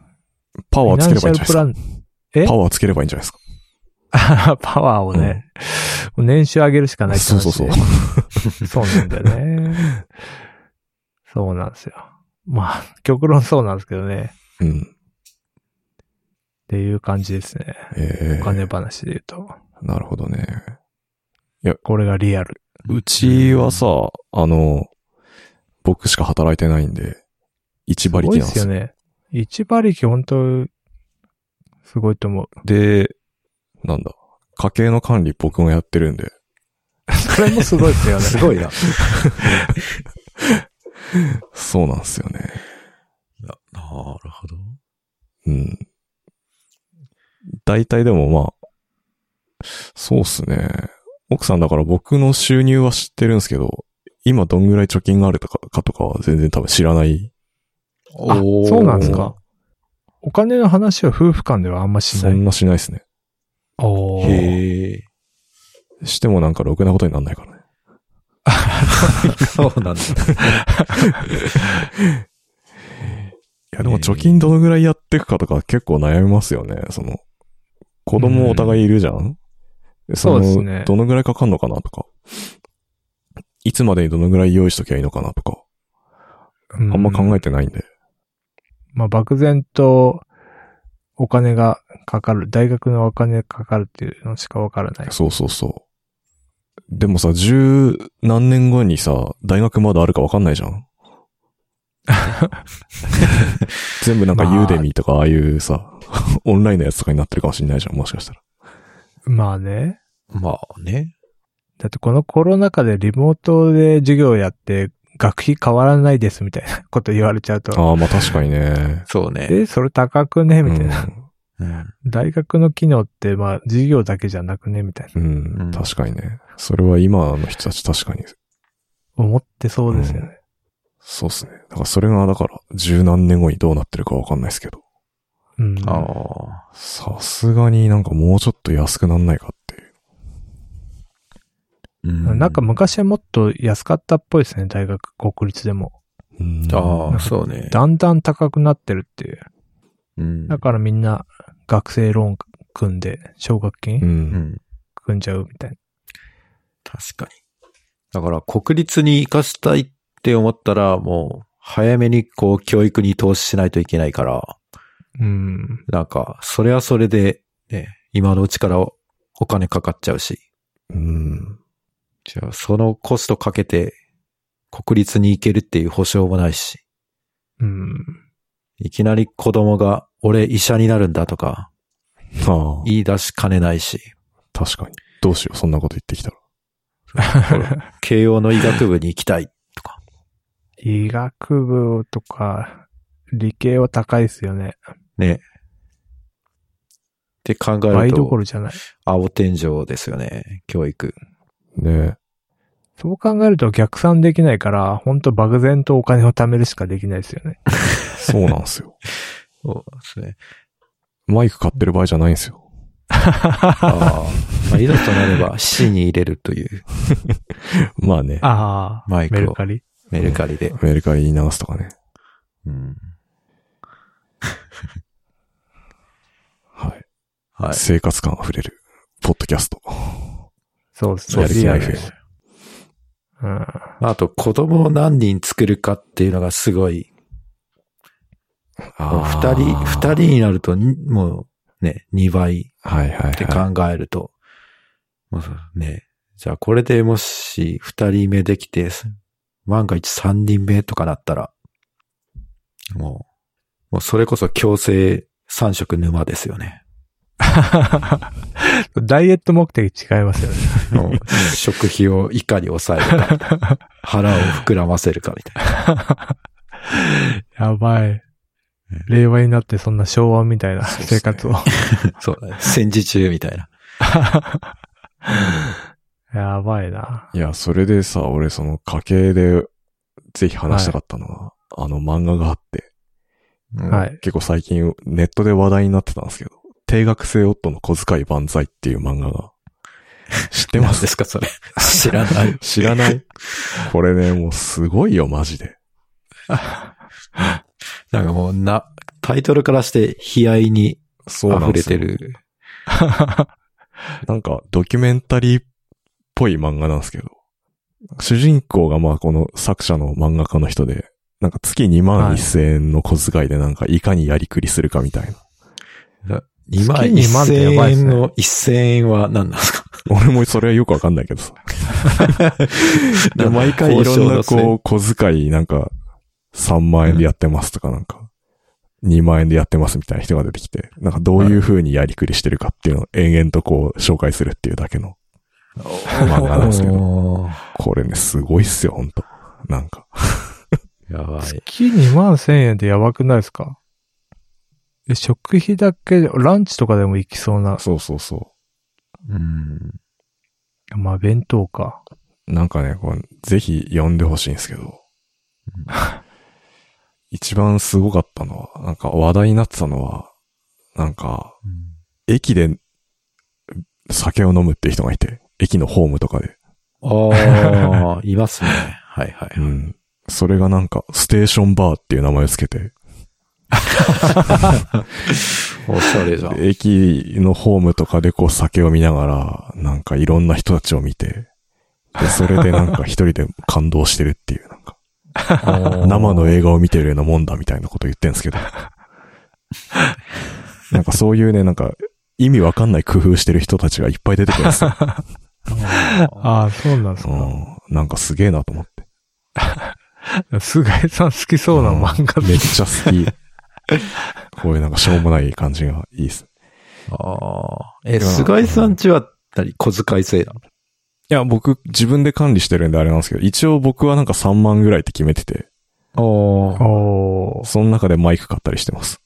S3: パワーつければいいんじゃないですか。
S1: え
S3: パワーつければいいんじゃないですか。
S1: [LAUGHS] パワーをね、もう年収上げるしかないって
S3: そう
S1: 話
S3: そうそう。
S1: で [LAUGHS] そうなんだよね。そうなんですよ。まあ、極論そうなんですけどね。
S3: うん。
S1: っていう感じですね。
S3: ええ
S1: お金話で言うと。
S3: なるほどね。
S1: これがリアル。
S3: うちはさ、あの、僕しか働いてないんで、一馬
S1: 多
S3: 力
S1: い
S3: な
S1: で
S3: んですす
S1: よ
S3: よ。
S1: ね。一馬力本当、すごいと思う。
S3: で、なんだ、家計の管理僕がやってるんで、
S1: それもすごいです
S3: [LAUGHS]
S1: よね。
S4: す
S2: [LAUGHS]
S4: ごいな。
S3: そうなんですよね。
S2: ななるほど。
S3: うん。大体でもまあ、そうっすね。奥さんだから僕の収入は知ってるんですけど、今どんぐらい貯金があるとかかとかは全然多分知らない。
S1: あ、
S2: おー
S1: そうなんですか。お金の話は夫婦間ではあんまし
S3: そ
S1: ない。
S3: んなしないですね。
S1: おー
S4: へ
S2: [LAUGHS]
S4: え。
S3: してもなんかろくなことになんないからね。
S4: そうなんだ。
S3: いやでも貯金どのぐらいやっていくかとか結構悩みますよね。その、子供お互いいるじゃん、
S1: そうですね
S3: のどのぐらいかかんのかなとか。いつまでにどのぐらい用意しときゃいいのかなとか。
S1: う
S3: あんま考えてないんで。
S1: まあ、漠然とお金がかかる、大学のお金がかかるっていうのしかわからない。
S3: そうそうそう。でもさ、十何年後にさ、大学まだあるかわかんないじ
S1: [LAUGHS]
S3: ゃん。全部なんかユーデミーとかああいうさ、オンラインのやつとかになってるかもしんないじゃん、もしかしたら。
S1: まあね。
S2: まあね。
S1: だってこのコロナ禍でリモートで授業やって学費変わらないですみたいなこと言われちゃうと。
S3: ああ、まあ確かにね。
S2: そうね。
S1: え、それ高くね [LAUGHS] みたいな。
S2: うん。
S1: 大学の機能って、まあ、授業だけじゃなくねみたいな。
S3: うん、う、
S2: うんん
S3: 確かにね。それは今の人たち確かに、
S1: 思ってそうですよね。
S3: そうっすね。だからそれが、だから、十何年後にどうなってるかわかんないですけど。
S1: うん。
S2: ああ。
S3: さすがになんかもうちょっと安くなんないかっていう。
S2: うん
S1: なんか、昔はもっと安かったっぽいですね、大学、国立でも。
S3: うん
S2: ああ、そうね。
S1: だんだん高くなってるっていう。
S2: うん。
S1: だからみんな学生ローン組んで、奨学
S3: う。
S1: 金
S2: うんん。
S1: 組んじゃうみたいな。
S2: 確かに。だから、国立に生かしたいって思ったら、もう、早めにこう、教育に投資しないといけないから、
S1: うん。
S2: なんか、それはそれで、ね、今のうちからおお金かかっちゃうし、
S3: うん。
S2: じゃあ、そのコストかけて、国立に行けるっていう保証もないし、
S1: うん。
S2: いきなり子供が、俺医者になるんだとか、
S3: ああ。
S2: 言い出しかねないし、
S3: 確かに。どうしよう、そんなこと言ってきたら。
S2: 慶応の医学部に行きたい。
S1: 医学部とか、理系は高いですよね。
S2: ね。って考え
S1: 倍
S2: る、
S1: どことろじゃない。
S2: 青天井ですよね、教育。
S3: ね
S1: そう考えると逆算できないから、ほんと漠然とお金を貯めるしかできないですよね。
S3: え。そうなんですよ。 [LAUGHS]
S2: そうですね。
S3: マイク買ってる場合じゃないんですよ。
S2: ああ。まあ、いざとなれば、死に入れるという
S3: まあね。
S1: ああ、
S2: マイ
S1: メ
S2: ク
S1: ル
S2: を
S1: カリ。
S2: メルカリで。
S3: アメリカに言い流すとかね。
S2: うん。
S3: はい。
S2: はい。
S3: 生活感溢れる。ポッドキャスト。
S1: そうです
S3: や
S1: ね。
S3: る気ない
S1: リアル
S3: ふ
S1: ですうん。
S2: あと、子供を何人作るかっていうのがすごい。二人、二人。になると、にもう、ね、二倍
S3: はいはいはい。
S2: って考えると、もうね、じゃあこれでもし二人目できて、万が一三人目とかなったら、もう、もうそれこそ強制三食沼ですよね。
S1: ダイエット目的違いますよね。
S2: もう食費をいかに抑えるか、腹を膨らませるかみたいな。
S1: [LAUGHS] やばい。令和になってそんな昭和みたいな
S3: そうっす
S1: 生
S3: ね
S1: 活を。 [LAUGHS]
S2: そうだね。戦時中みたいな。。
S1: やばいな。
S3: いや、それでさ、俺その家系で、ぜひ話したかったのは、あの漫画があって、
S1: はいい。
S3: 結構最近ネットで話題になってたんですけど、定額制夫の小遣い万歳っていう漫画が、知ってま
S2: 何
S3: す
S2: ですか、それ。 [LAUGHS] 知らない。
S3: 知らない。これね、もうすごいよ、マジで。
S2: なんかもうな、タイトルからして悲哀に
S3: そうなん
S2: 溢
S3: で
S2: れ
S3: すよ
S2: てる。
S3: なんか、ドキュメンタリーっぽい漫画なんですけど、主人公がまあこの作者の漫画家の人で、なんか月2万1000円の小遣いでなんかいかにやりくりするかみたいな。
S2: 2万
S1: 月2万ってやばいっす
S2: 円
S1: ね
S2: の1000円は何なんですか
S3: 俺もそれはよくわかんないけどさ。で、毎回いろんなこう、小遣いなんか、3万円でやってますとかなんか、2万円でやってますみたいな人が出てきて、なんかどういう風にやりくりしてるかっていうのを延々とこう、紹介するっていうだけの漫画なんですけど、
S2: おー
S3: これね、すごいっすよ、ほんと。なんか。
S2: やばい。
S1: 月2万1000円ってやばくないですかえ食費だけで、ランチとかでも行きそうな。
S3: そうそうそ
S2: うん。
S1: まあ、弁当か。
S3: う。なんかね、こうぜひ読んでほしいんですけど、一番すごかったのは、なんか話題になってたのは、なんか、駅で酒を飲むって人がいて、駅のホームとかで。
S2: ああ、いますね。はいはい。
S3: うん。それがなんか、ステーションバーっていう名前をつけて、
S2: おしゃれ
S3: [LAUGHS]
S2: じゃん。
S3: 駅のホームとかでこう酒を見ながら、なんかいろんな人たちを見て、でそれでなんか一人で感動してるっていう、なん [LAUGHS] か、生の映画を見てるようなもんだみたいなこと言ってんですけど。 [LAUGHS] なんかそういうね、なんか、意味わかんない工夫してる人たちがいっぱい出てくるんです [LAUGHS] よ。
S1: ああ、そうなんです
S3: う
S1: か。
S3: ん。なんかすげえなと思って。
S1: 菅井さん好きそうな漫画
S3: めっちゃ好 [LAUGHS] き。こういうなんかしょうもない感じがいいです。
S2: ああ。え、菅井さんちは何、小遣い制なの
S3: いや、僕、自分で管理してるんであれなんですけど、一応僕はなんか3万ぐらいって決めてて、
S2: おー
S1: おー
S3: その中でマイク買ったりしてます。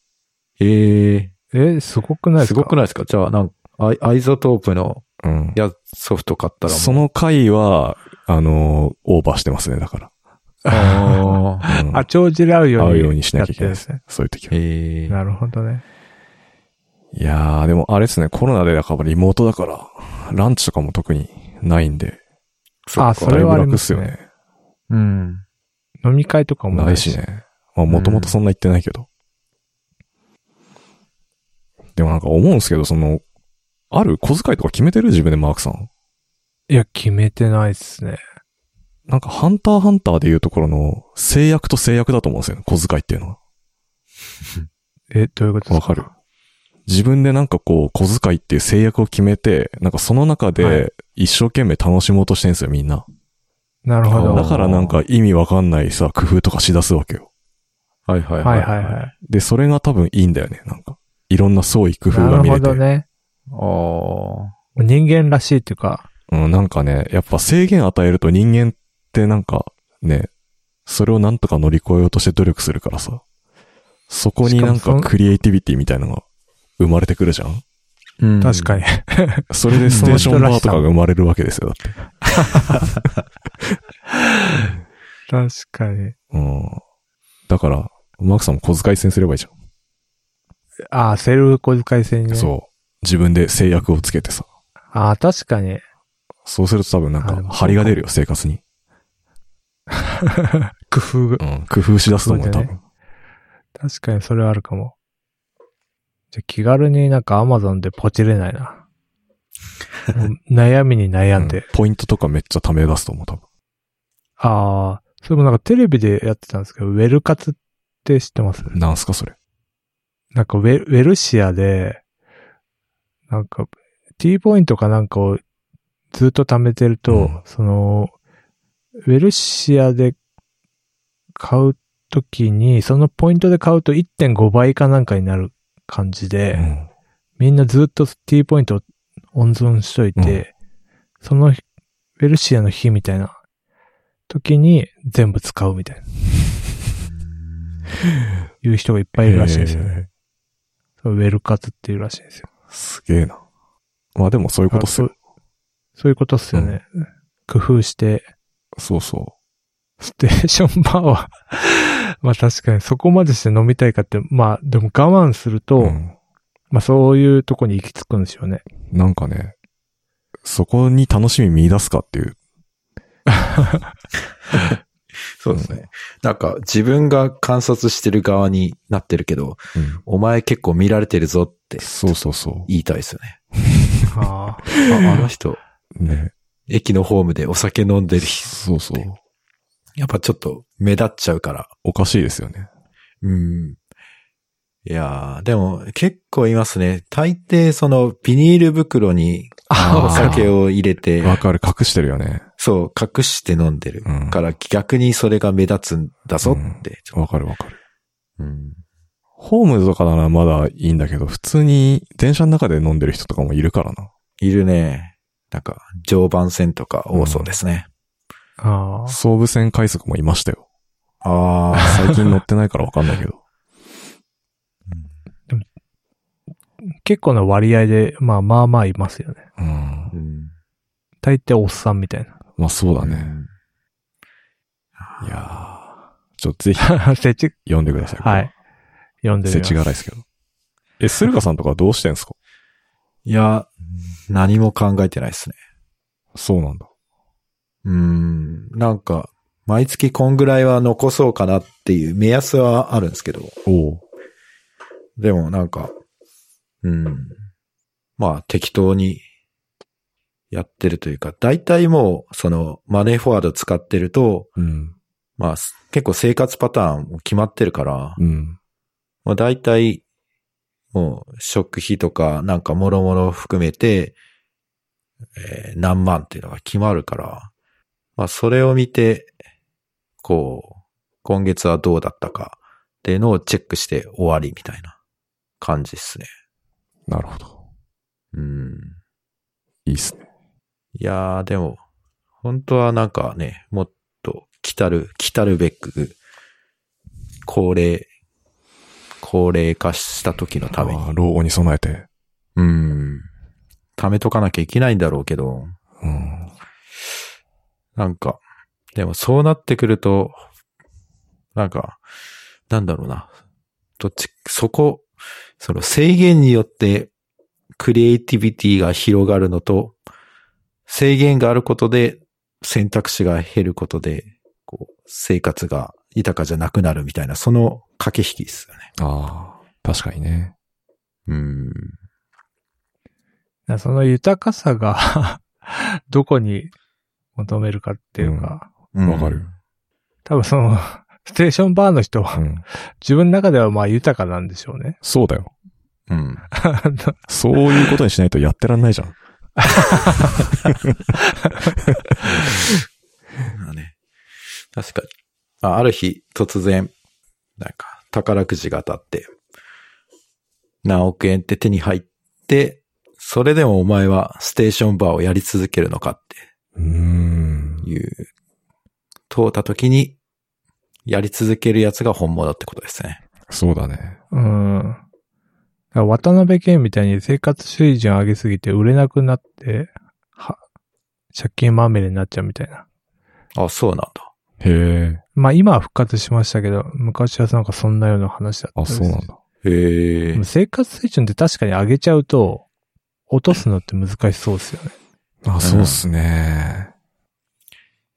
S2: ええ
S1: え、すごくないですすか
S2: ごくないですかじゃあ、なんか、アイアイゾトープの
S3: うん。
S2: やソフト買ったらもう。
S3: その回は、あのーオーバーしてますね、だか
S2: [LAUGHS] ああ。
S3: ら。うん
S1: あ、帳尻合うよ
S3: 合
S1: う
S3: う
S1: に。
S3: ようにしなきゃいけない
S1: やっ
S3: です
S1: てるん
S3: ね。そういう時は。
S2: ええ
S1: ですね。なるほどね。
S3: いやー、でもあれですね、コロナでだからリモートだから、ランチとかも特にないんで、
S1: あ、そ
S3: だい
S1: れ
S3: ぶ
S1: はあり
S3: 楽
S1: ま
S3: っす
S1: す
S3: よ
S1: ね。
S3: ね。
S2: うん。
S1: 飲み会とかも
S3: ないし。ね。まあ、もともとそんな言ってないけど。でもなんか思うんですけど、その、ある小遣いとか決めてる自分でマークさん。
S1: いや、決めてないですね。
S3: なんか、ハンターハンターでいうところの、制約と制約だと思うんですよね。小遣いっていうのは。
S1: え、どういうことですか
S3: わかる。自分でなんかこう、小遣いっていう制約を決めて、なんかその中
S1: は
S3: で、一生懸命楽しもうとしてるんですよ、みんな。
S1: なるほど。
S2: あー
S3: だからなんか意味わかんないさ、工夫とかしだすわけよ。
S2: はいはい
S1: は
S2: はいい。
S1: はい
S2: い。
S1: はい。
S3: で、それが多分いいんだよね、なんか。いろんな創意工夫
S1: な
S3: が
S1: る
S3: 見
S1: ほ
S3: れて。
S1: どね。
S2: ああ。
S1: 人間らしいっていうか、
S3: うん、なんかね、やっぱ制限与えると人間ってなんかね、それをなんとか乗り越えようとして努力するからさ、そこになん
S1: しかも
S3: か
S1: その
S3: クリエイティビティみたいなのが生まれてくるじゃん
S2: うん
S1: 確かに。
S3: それでステーションバーとかが生まれるわけですよ、だって。
S1: 確かに。
S3: うん。だから、マークさんも小遣い戦すればいいじゃ
S1: ああ、セルフ小遣い制に、
S3: ん。
S1: ね。う。
S3: そう。自分で制約をつけてさ。
S1: ああ、確かに。
S3: そうすると多分なん
S1: あで
S3: か、
S1: も
S3: 張りが出るよ、生活に。
S1: 工夫。
S3: うん。工夫しだすと思
S1: そ
S3: う、多
S1: うだ
S3: 分。
S1: 確かにそれはあるかも。じゃあ気軽になんかアマゾンでポチれないな。 [LAUGHS] もう悩みに悩んで。
S3: うんポイントとかめっちゃ貯め出すと思う、多分。
S1: ああ、それもなんかテレビでやってたんですけど、ウェル活って知ってます
S3: なんすか、それ。
S1: なんかウェウェルシアで、なんか T ポイントかなんかをずっと貯めてると、
S3: うん
S1: その、ウェルシアで買うときに、そのポイントで買うと1.5倍かなんかになる感じで、
S3: うん。
S1: みんなずっと T ポイントを温存しといて、その日ウェルシアの日みたいな時に全部使うみたいな、いう人がいっぱいいるらしいんですよね。
S3: へー
S1: そうウェル活っていうらしいんですよ。
S3: すげえな。まあでもそういうことっす
S1: そ
S3: よ
S1: う。そういうことっすよね。工夫して、
S3: そうそ
S1: ステ [LAUGHS] ーションバーは、まあ確かにそこまでして飲みたいかって、まあでも我慢すると、
S3: う。うん
S1: まあそういうとこに行き着くんですよね。
S3: なんかね、そこに楽しみ見出すかっていう。
S2: そうですね。なんか、自分が観察してる側になってるけど、お前結構見られてるぞって
S3: そうそうそう。
S2: 言いたいですよね。
S1: ああ。
S2: ああの人、
S3: ね。
S2: 駅のホームでお酒飲んでる日、
S3: そうそう。
S2: やっぱちょっと目立っちゃうから。
S3: おかしいですよね。
S2: うん。いやー、でも結構いますね。大抵そのビニール袋に
S3: あ
S2: お酒を入れて、
S3: わかる。隠してるよね。
S2: そう、隠して飲んでる
S3: うん
S2: から逆にそれが目立つんだぞって。ちょっ
S3: わかるわかる。
S2: とうん
S3: ホームズとかならまだいいんだけど、普通に電車の中で飲んでる人とかもいるからな。
S2: いるね。なんか、常磐線とか多そうですね。
S1: ああ。
S3: 総武線快速もいましたよ。
S2: あ
S3: [LAUGHS]
S2: あ、
S3: 最近乗ってないからわかんないけど。
S1: 結構な割合で、まあまあまあいますよね。
S3: うん。
S2: [LAUGHS] うん。
S1: 大抵おっさんみたい
S3: まあそうだ
S2: う
S3: ね。
S2: ん
S3: いやー。ちょっとぜひ
S1: な。 [LAUGHS] せち、
S3: 読んでください。
S1: はい。。読んでみ
S3: 世
S1: ます。
S3: 知辛いですけど。え、駿河さんとかどうしてんすか
S2: いや、何も考えてないですね。
S3: そうなんだ。
S2: うん。なんか、毎月こんぐらいは残そうかなっていう目安はあるんですけど。
S3: おう。
S2: でもなんか、うん。まあ適当にやってるというか、大体もうそのマネーフォワード使ってると、
S3: うん。
S2: まあす結構生活パターンも決まってるから、
S3: うん。
S2: まあ大体もう食費とかなんかもろもろ含めて、えー何万っていうのが決まるから、まあそれを見て、こう、今月はどうだったかっていうのをチェックして終わりみたいな感じですね。
S3: なるほど。
S2: うん。
S3: いいっすね。
S2: いやー、でも、本当はなんかね、もっと、来たる、来たるべく、高齢、高齢化した時のため
S3: あ
S2: に
S3: ー、老後に備えて。
S2: うん、貯めとかなきゃいけないんだろうけど、
S3: うん。
S2: なんか、でもそうなってくると、なんか、なんだろうな。どっち、そこ、その制限によってクリエイティビティが広がるのと、制限があることで選択肢が減ることで、こう、生活が豊かじゃなくなるみたいな、その駆け引きですよね。
S3: ああ。確かにね。
S2: うん。
S1: その豊かさが、 [LAUGHS] どこに求めるかっていうか、
S2: うん
S3: わかる。
S1: 多分その、ステーションバーの人
S3: う
S1: は、
S3: ん。
S1: 自分の中ではまあ豊かなんでしょうね。 [LAUGHS]
S3: そうだよ。
S2: うん。
S1: あの
S3: そういうことにしないとやってらんないじゃん。
S2: だね。確かに。あある日、突然、なんか、宝くじが当たって、何億円って手に入って、それでもお前はステーションバーをやり続けるのかっ
S3: [LAUGHS] うーん
S2: て。いう、通った時に、やり続けるやつが本物ってことですね。
S3: そうだね。
S1: うん。だから渡辺謙みたいに生活水準上げすぎて売れなくなって、は、借金まみれになっちゃうみたいな。
S2: あ、そうなんだ。
S3: へえ。
S1: まあ今は復活しましたけど、昔はなんかそんなような話だった
S3: あ、
S1: です
S3: そうなんだ。
S2: へ
S1: でも生活水準って確かに上げちゃうと、落とすのって難しそうです
S3: [LAUGHS]
S1: よね。
S3: あ、そうっすね。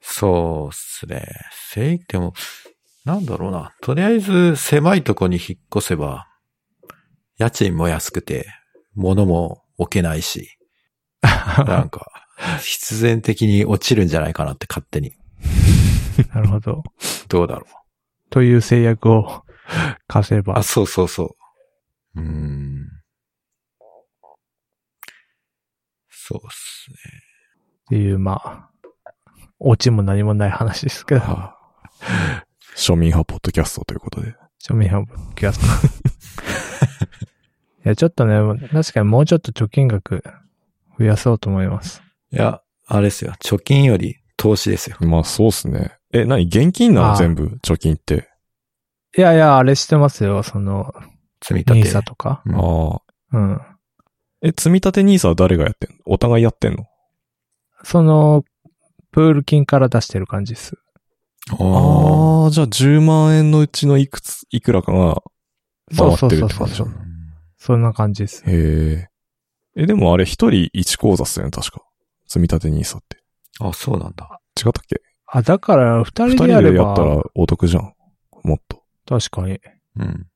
S2: そうっすね。せい、でも、なんだろうな。とりあえず、狭いとこに引っ越せば、家賃も安くて、物も置けない [LAUGHS] し、なんか、必然的に落ちるんじゃないかなって勝手に。
S1: なるほど。
S2: どうだろう。
S1: という制約を課せば
S2: あ、。そうそうそう。うーん。そうっすね。
S1: っていう、まあ、オチも何もない話ですけど、
S3: はあ庶民派ポッドキャストということで。
S1: 庶民派も気がする。 [LAUGHS] いや、ちょっとね、確かにもうちょっと貯金額増やそうと思います。
S2: いや、あれですよ。貯金より投資ですよ。
S3: まあ、そうっすね。え、何現金な
S1: あ
S3: の
S1: ー
S3: 全部、貯金って。
S1: いやいや、あれしてますよ、その、
S2: 積み立て。
S1: NISA とか。
S2: うん
S3: ああ。
S1: うん。
S3: え、積み立て NISA は誰がやってんのお互いやってんの
S1: その、プール金から出してる感じです。
S2: あ
S3: ああー、じゃあ10万円のうちのいくつ、いくらかが
S1: そ
S3: 回
S1: う
S3: っ
S1: そう
S3: てる
S1: そ
S3: っ
S1: う
S3: て
S1: そ
S3: 感
S1: う
S3: じ
S2: ー。
S3: なの。
S1: そんな感じです。
S3: へえ。え、でもあれ一人一口座っすよね、確か。積み立て NISA って。
S2: あ、そうなんだ。
S3: 違ったっけ
S1: あ、だから、二
S3: 二
S1: 人
S3: 人
S1: でやれ
S3: でや
S1: ば
S3: った、らお得じゃん。もっと。
S1: 確かに。
S2: うん。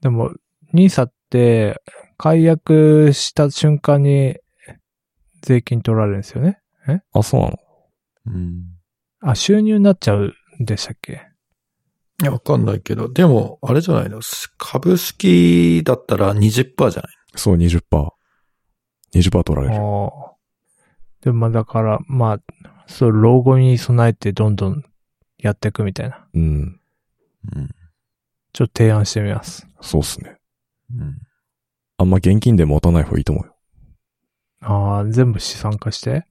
S1: でも、NISA って、解約した瞬間に税金取られるんですよね。
S3: あ、そうなの
S2: うん。
S1: あ、収入になっちゃうんでしたっけ
S2: いや、わかんないけど、でも、あれじゃないの株式だったら20%じゃない
S3: そう、20%。20%取られる。
S1: ああ。でもまあだから、まあ、そう、老後に備えてどんどんやっていくみたいな。
S3: うん。
S2: うん。
S1: ちょっと提案してみます。
S3: そうっすね。
S2: うん。
S3: あんま現金で持たない方がいいと思うよ。
S1: ああ、全部資産化して、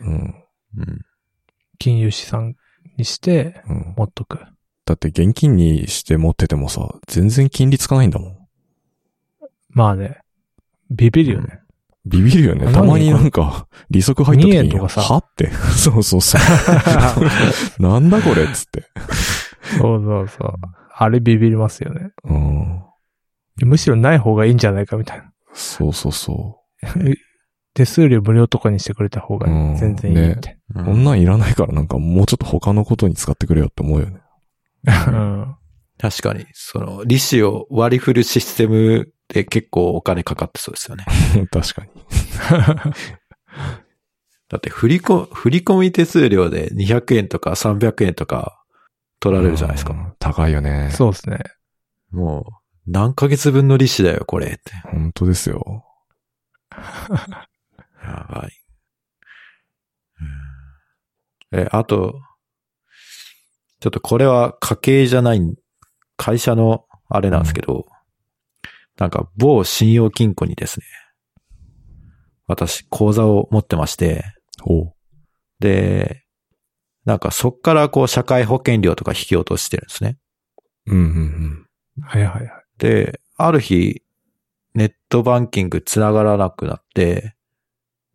S3: うん。
S2: うん。
S1: 金融資産にして
S3: うん。
S1: 持っとく。
S3: だって現金にして持っててもさ、全然金利つかないんだもん。
S1: まあね、ビビるよね。
S3: ビビるよね。
S1: あ
S3: たまになんか、利息入った時
S1: 2円
S3: に、
S1: とかさ
S3: はって。 [LAUGHS] そうそうそう。なんだこれっつって。
S1: [LAUGHS] そうそうそう。あれビビりますよね。
S3: うん。
S1: むしろない方がいいんじゃないかみたいな。
S3: そうそうそ
S1: 手数料無料とかにしてくれた方が
S3: うん
S1: 全然いいって。
S3: う。こんなんいらないからなんかもうちょっと他のことに使ってくれよって思うよね。 [LAUGHS]
S1: うん。
S2: 確かに、その、利子を割り振るシステムで結構お金かかってそうですよ
S3: [LAUGHS]
S2: ね。
S3: 確かに。
S2: だって、振り込、振り込み手数料で200円とか300円とか取られるじゃないです
S3: う
S2: か。
S3: ん。高いよね。
S1: そうですね。
S2: もう、何ヶ月分の利子だよ、これって。
S3: 本当ですよ。
S2: やばい。うんえ、あと、ちょっとこれは家計じゃない、会社のあれなんですけど、なんか某信用金庫にですね、私、口座を持ってまして、
S3: おう
S2: で、なんかそっからこう社会保険料とか引き落としてるんですね。
S3: うんうん
S1: はいはいはい。
S2: で、ある日、ネットバンキング繋がらなくなって、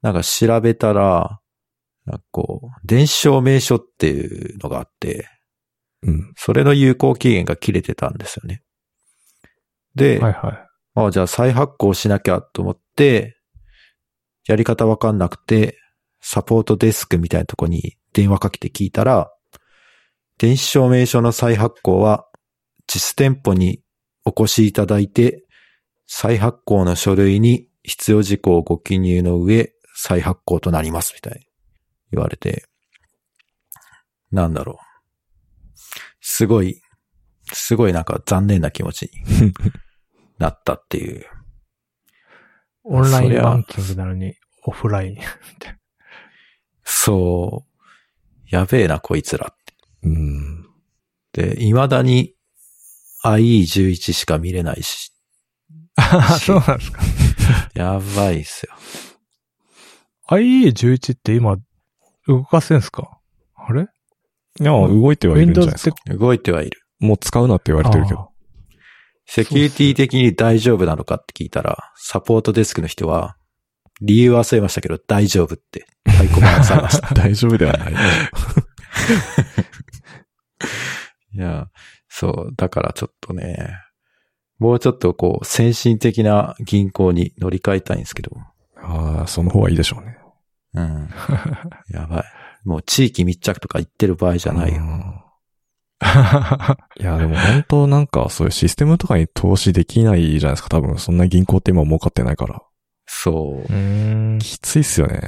S2: なんか調べたら、なんかこう、電子証明書っていうのがあって、
S3: うん。うん。
S2: それの有効期限が切れてたんですよね。で、
S1: はいはい。
S2: あじゃあ再発行しなきゃと思って、やり方わかんなくて、サポートデスクみたいなとこに電話かけて聞いたら、電子証明書の再発行は、実店舗にお越しいただいて、再発行の書類に必要事項をご記入の上、再発行となります、みたいに言われて、なんだろう。すごい、すごいなんか残念な気持ちになったっていう。
S1: オンライ
S2: そ
S1: ン
S2: りゃ
S1: バンキングなのに、オフライン。
S2: そう。やべえな、こいつらっ
S3: うん。
S2: て。で、未だに IE11 しか見れないし、
S1: あ
S2: そう
S1: なんですか。
S2: やばいっすよ。
S1: IE11 って今、動かせんすかあれ
S3: いや、動いてはいるんじゃ
S1: ?Windows
S3: ないで
S1: っ
S3: す
S1: て
S3: か。
S2: 動いてはいる。
S3: もう使うなって言われてるけど。
S2: セキュリティ的に大丈夫なのかって聞いたら、サポートデスクの人は、理由忘れましたけど大丈夫って太鼓判をされました。
S3: [LAUGHS] 大丈夫ではない。
S2: いや、そう、だからちょっとね、もうちょっとこう、先進的な銀行に乗り換えたいんですけど、
S3: ああ、その方がいいでしょうね。
S2: うん。やばい。もう地域密着とか言ってる場合じゃないよ。
S3: うんいや、でも本当なんかそういうシステムとかに投資できないじゃないですか。多分そんな銀行って今儲かってないから。
S2: そう。
S1: うん。
S3: きついっすよね。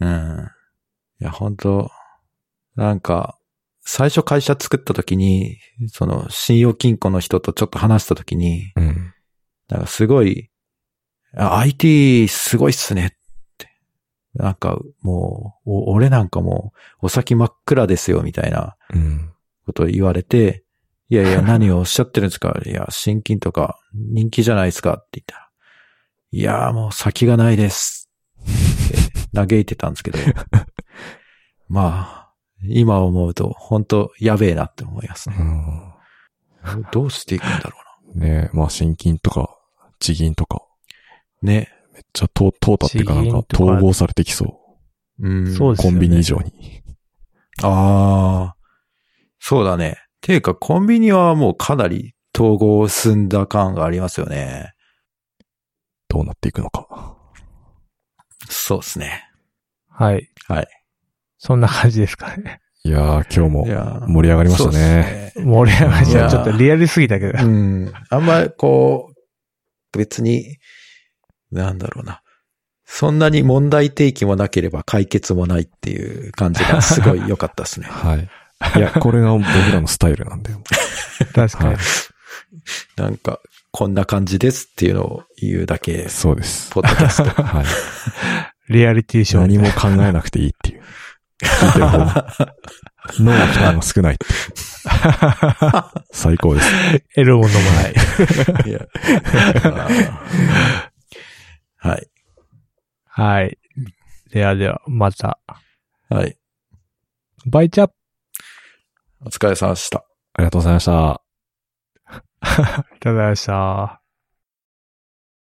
S2: うん。いや、本当なんか、最初会社作った時に、その、信用金庫の人とちょっと話した時に、
S3: うん。
S2: なんかすごい、あ IT すごいっすねって。なんか、もう、お俺なんかもう、お先真っ暗ですよ、みたいな
S3: うん。
S2: ことを言われて、いやいや、何をおっしゃってるんですかいや、新金とか人気じゃないですかって言ったら、いやーもう先がないです。って嘆いてたんですけど、まあ、今思うと本当やべえなって思います
S3: う
S2: ね。
S3: ん、
S2: どうしていくんだろ
S3: ねえ、まあ、新金とか、地銀とか、
S2: うな。ね。
S3: めっちゃと、淘汰っていうかなん
S1: 地銀
S3: か
S1: とか
S3: 統合されてきそう。
S2: うん。
S1: そうです
S3: コ
S1: よね
S3: ンビニ以上に。
S2: ああ。そうだね。ていうか、コンビニはもうかなり統合を進んだ感がありますよね。
S3: どうなっていくのか。
S2: そうですね。
S1: はい。
S2: はい。
S1: そんな感じですかね。 [LAUGHS]
S3: いやー、今
S2: い
S3: 日
S2: やー
S3: も盛り上がりました
S2: そうっす
S3: ね。
S2: ね
S1: 盛り上がり
S2: いや
S1: ちょっとリアルすぎたけど。
S2: うん。あんまりこう、別に、なんだろうな。そんなに問題提起もなければ解決もないっていう感じがすごい良かった [LAUGHS] ですね。
S3: はい。いや、これが僕らのスタイルな
S2: [LAUGHS]
S3: んだよ。
S1: [LAUGHS] 確かに。
S2: なんか、こんな感じですっていうのを言うだけ、
S3: そうです。
S2: ポッドキャスト。
S3: はい。
S1: リアリティショー
S3: 何も考えなくていいっていう。聞いて
S2: [LAUGHS]
S3: る方も。脳の負担が少ないっていう。最高です。
S1: 得るものもない。
S2: [LAUGHS] い [LAUGHS] やあーはい。
S1: はい。ではでは、また。
S2: はい。
S1: バイチャップ
S2: お疲れ様でした。
S3: ありがとうございました。
S1: いただきました。